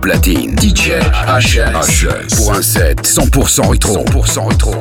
platine. DJ HS. Pour un set 100% rétro. 100% rétro.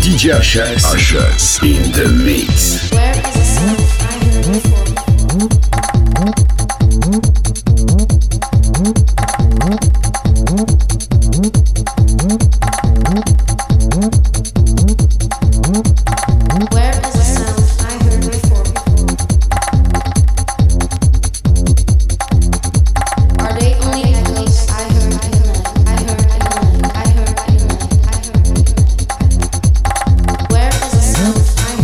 DJ HS. HS. In the mix. Where is the sound I heard before? Where is the sound I heard before? Are they only echoes I heard in the night? I heard in the night. I heard in the night. I heard in the night. Where is the sound I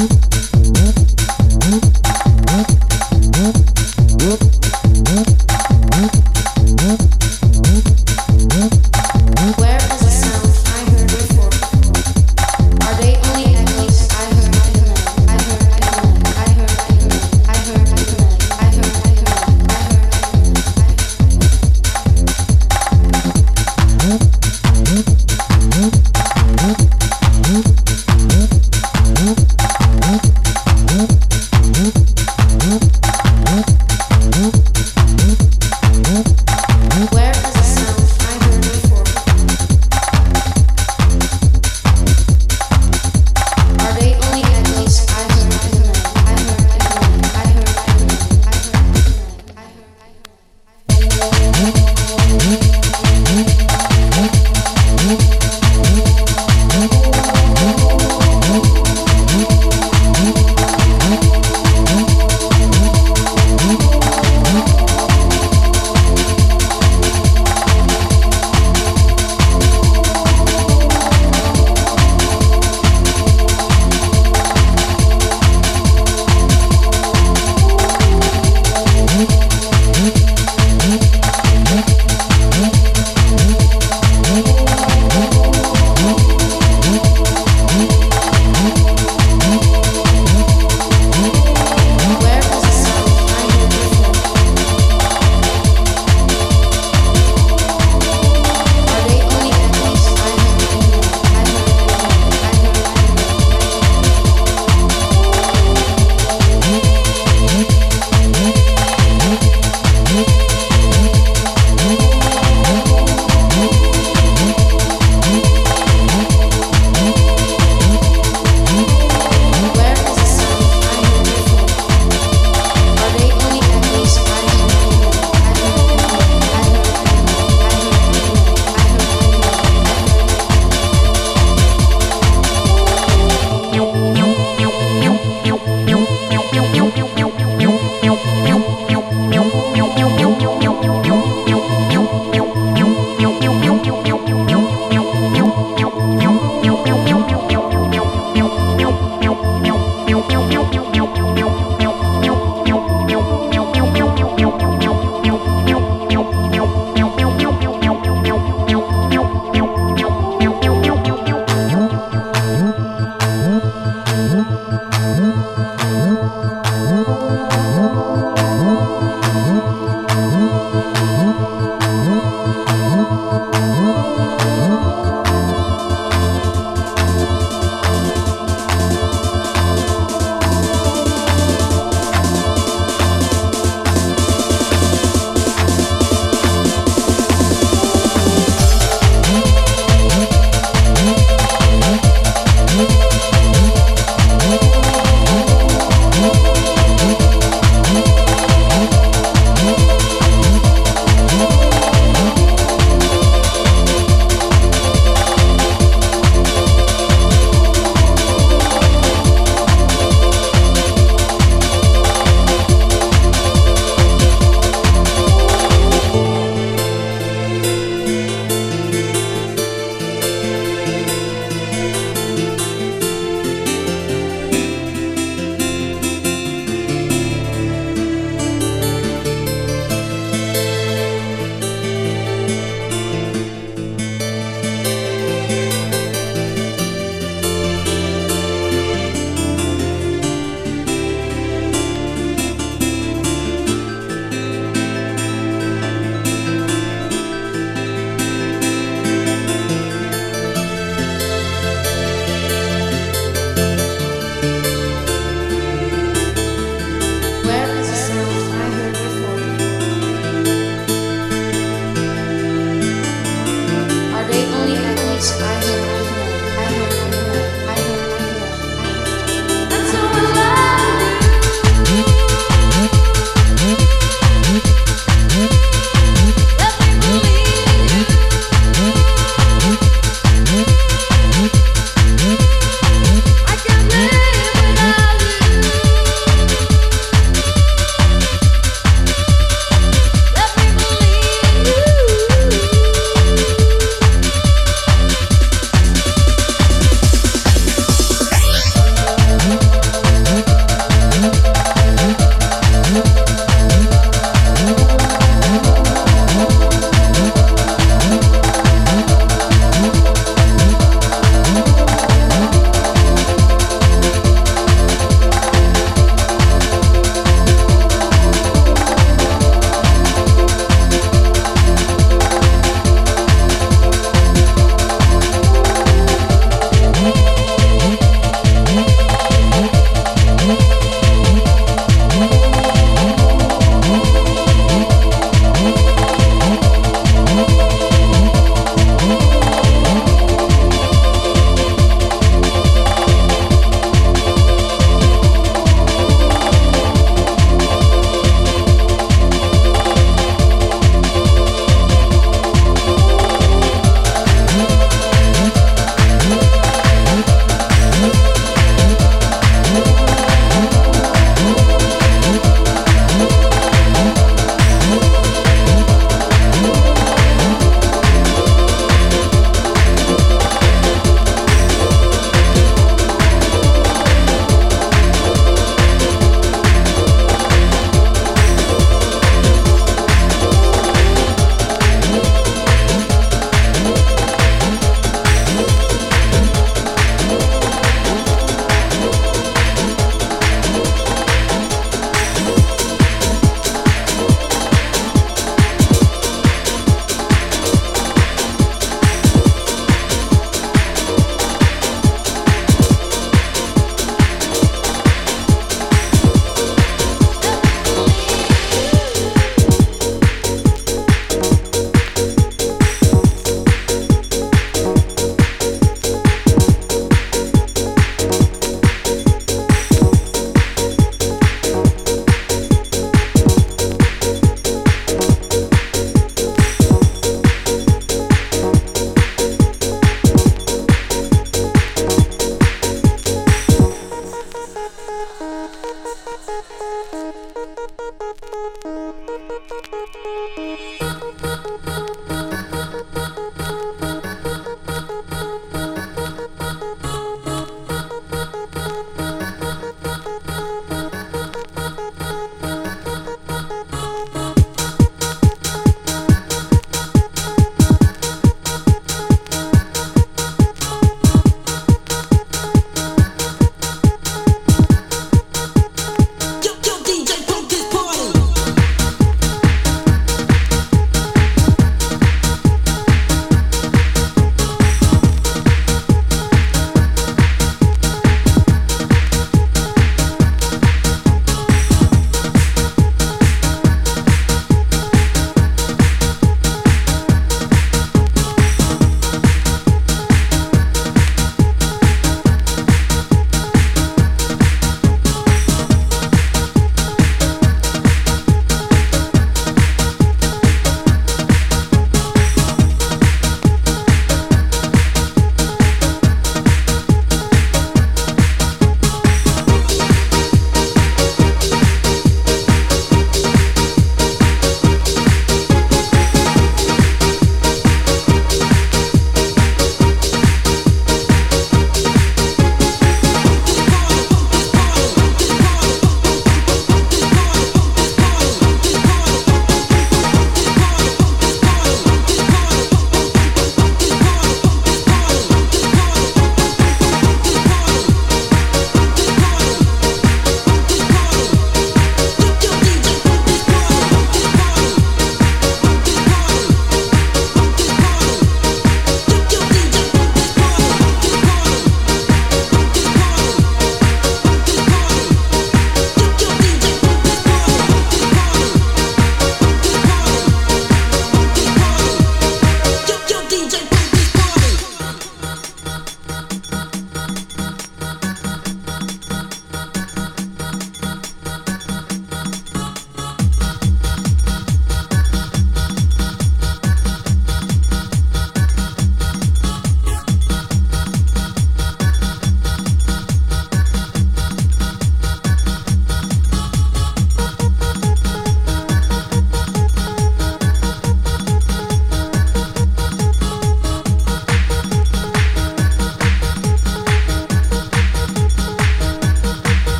heard before?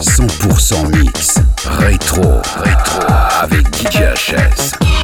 100 mix. Rétro, rétro, avec DJ HS.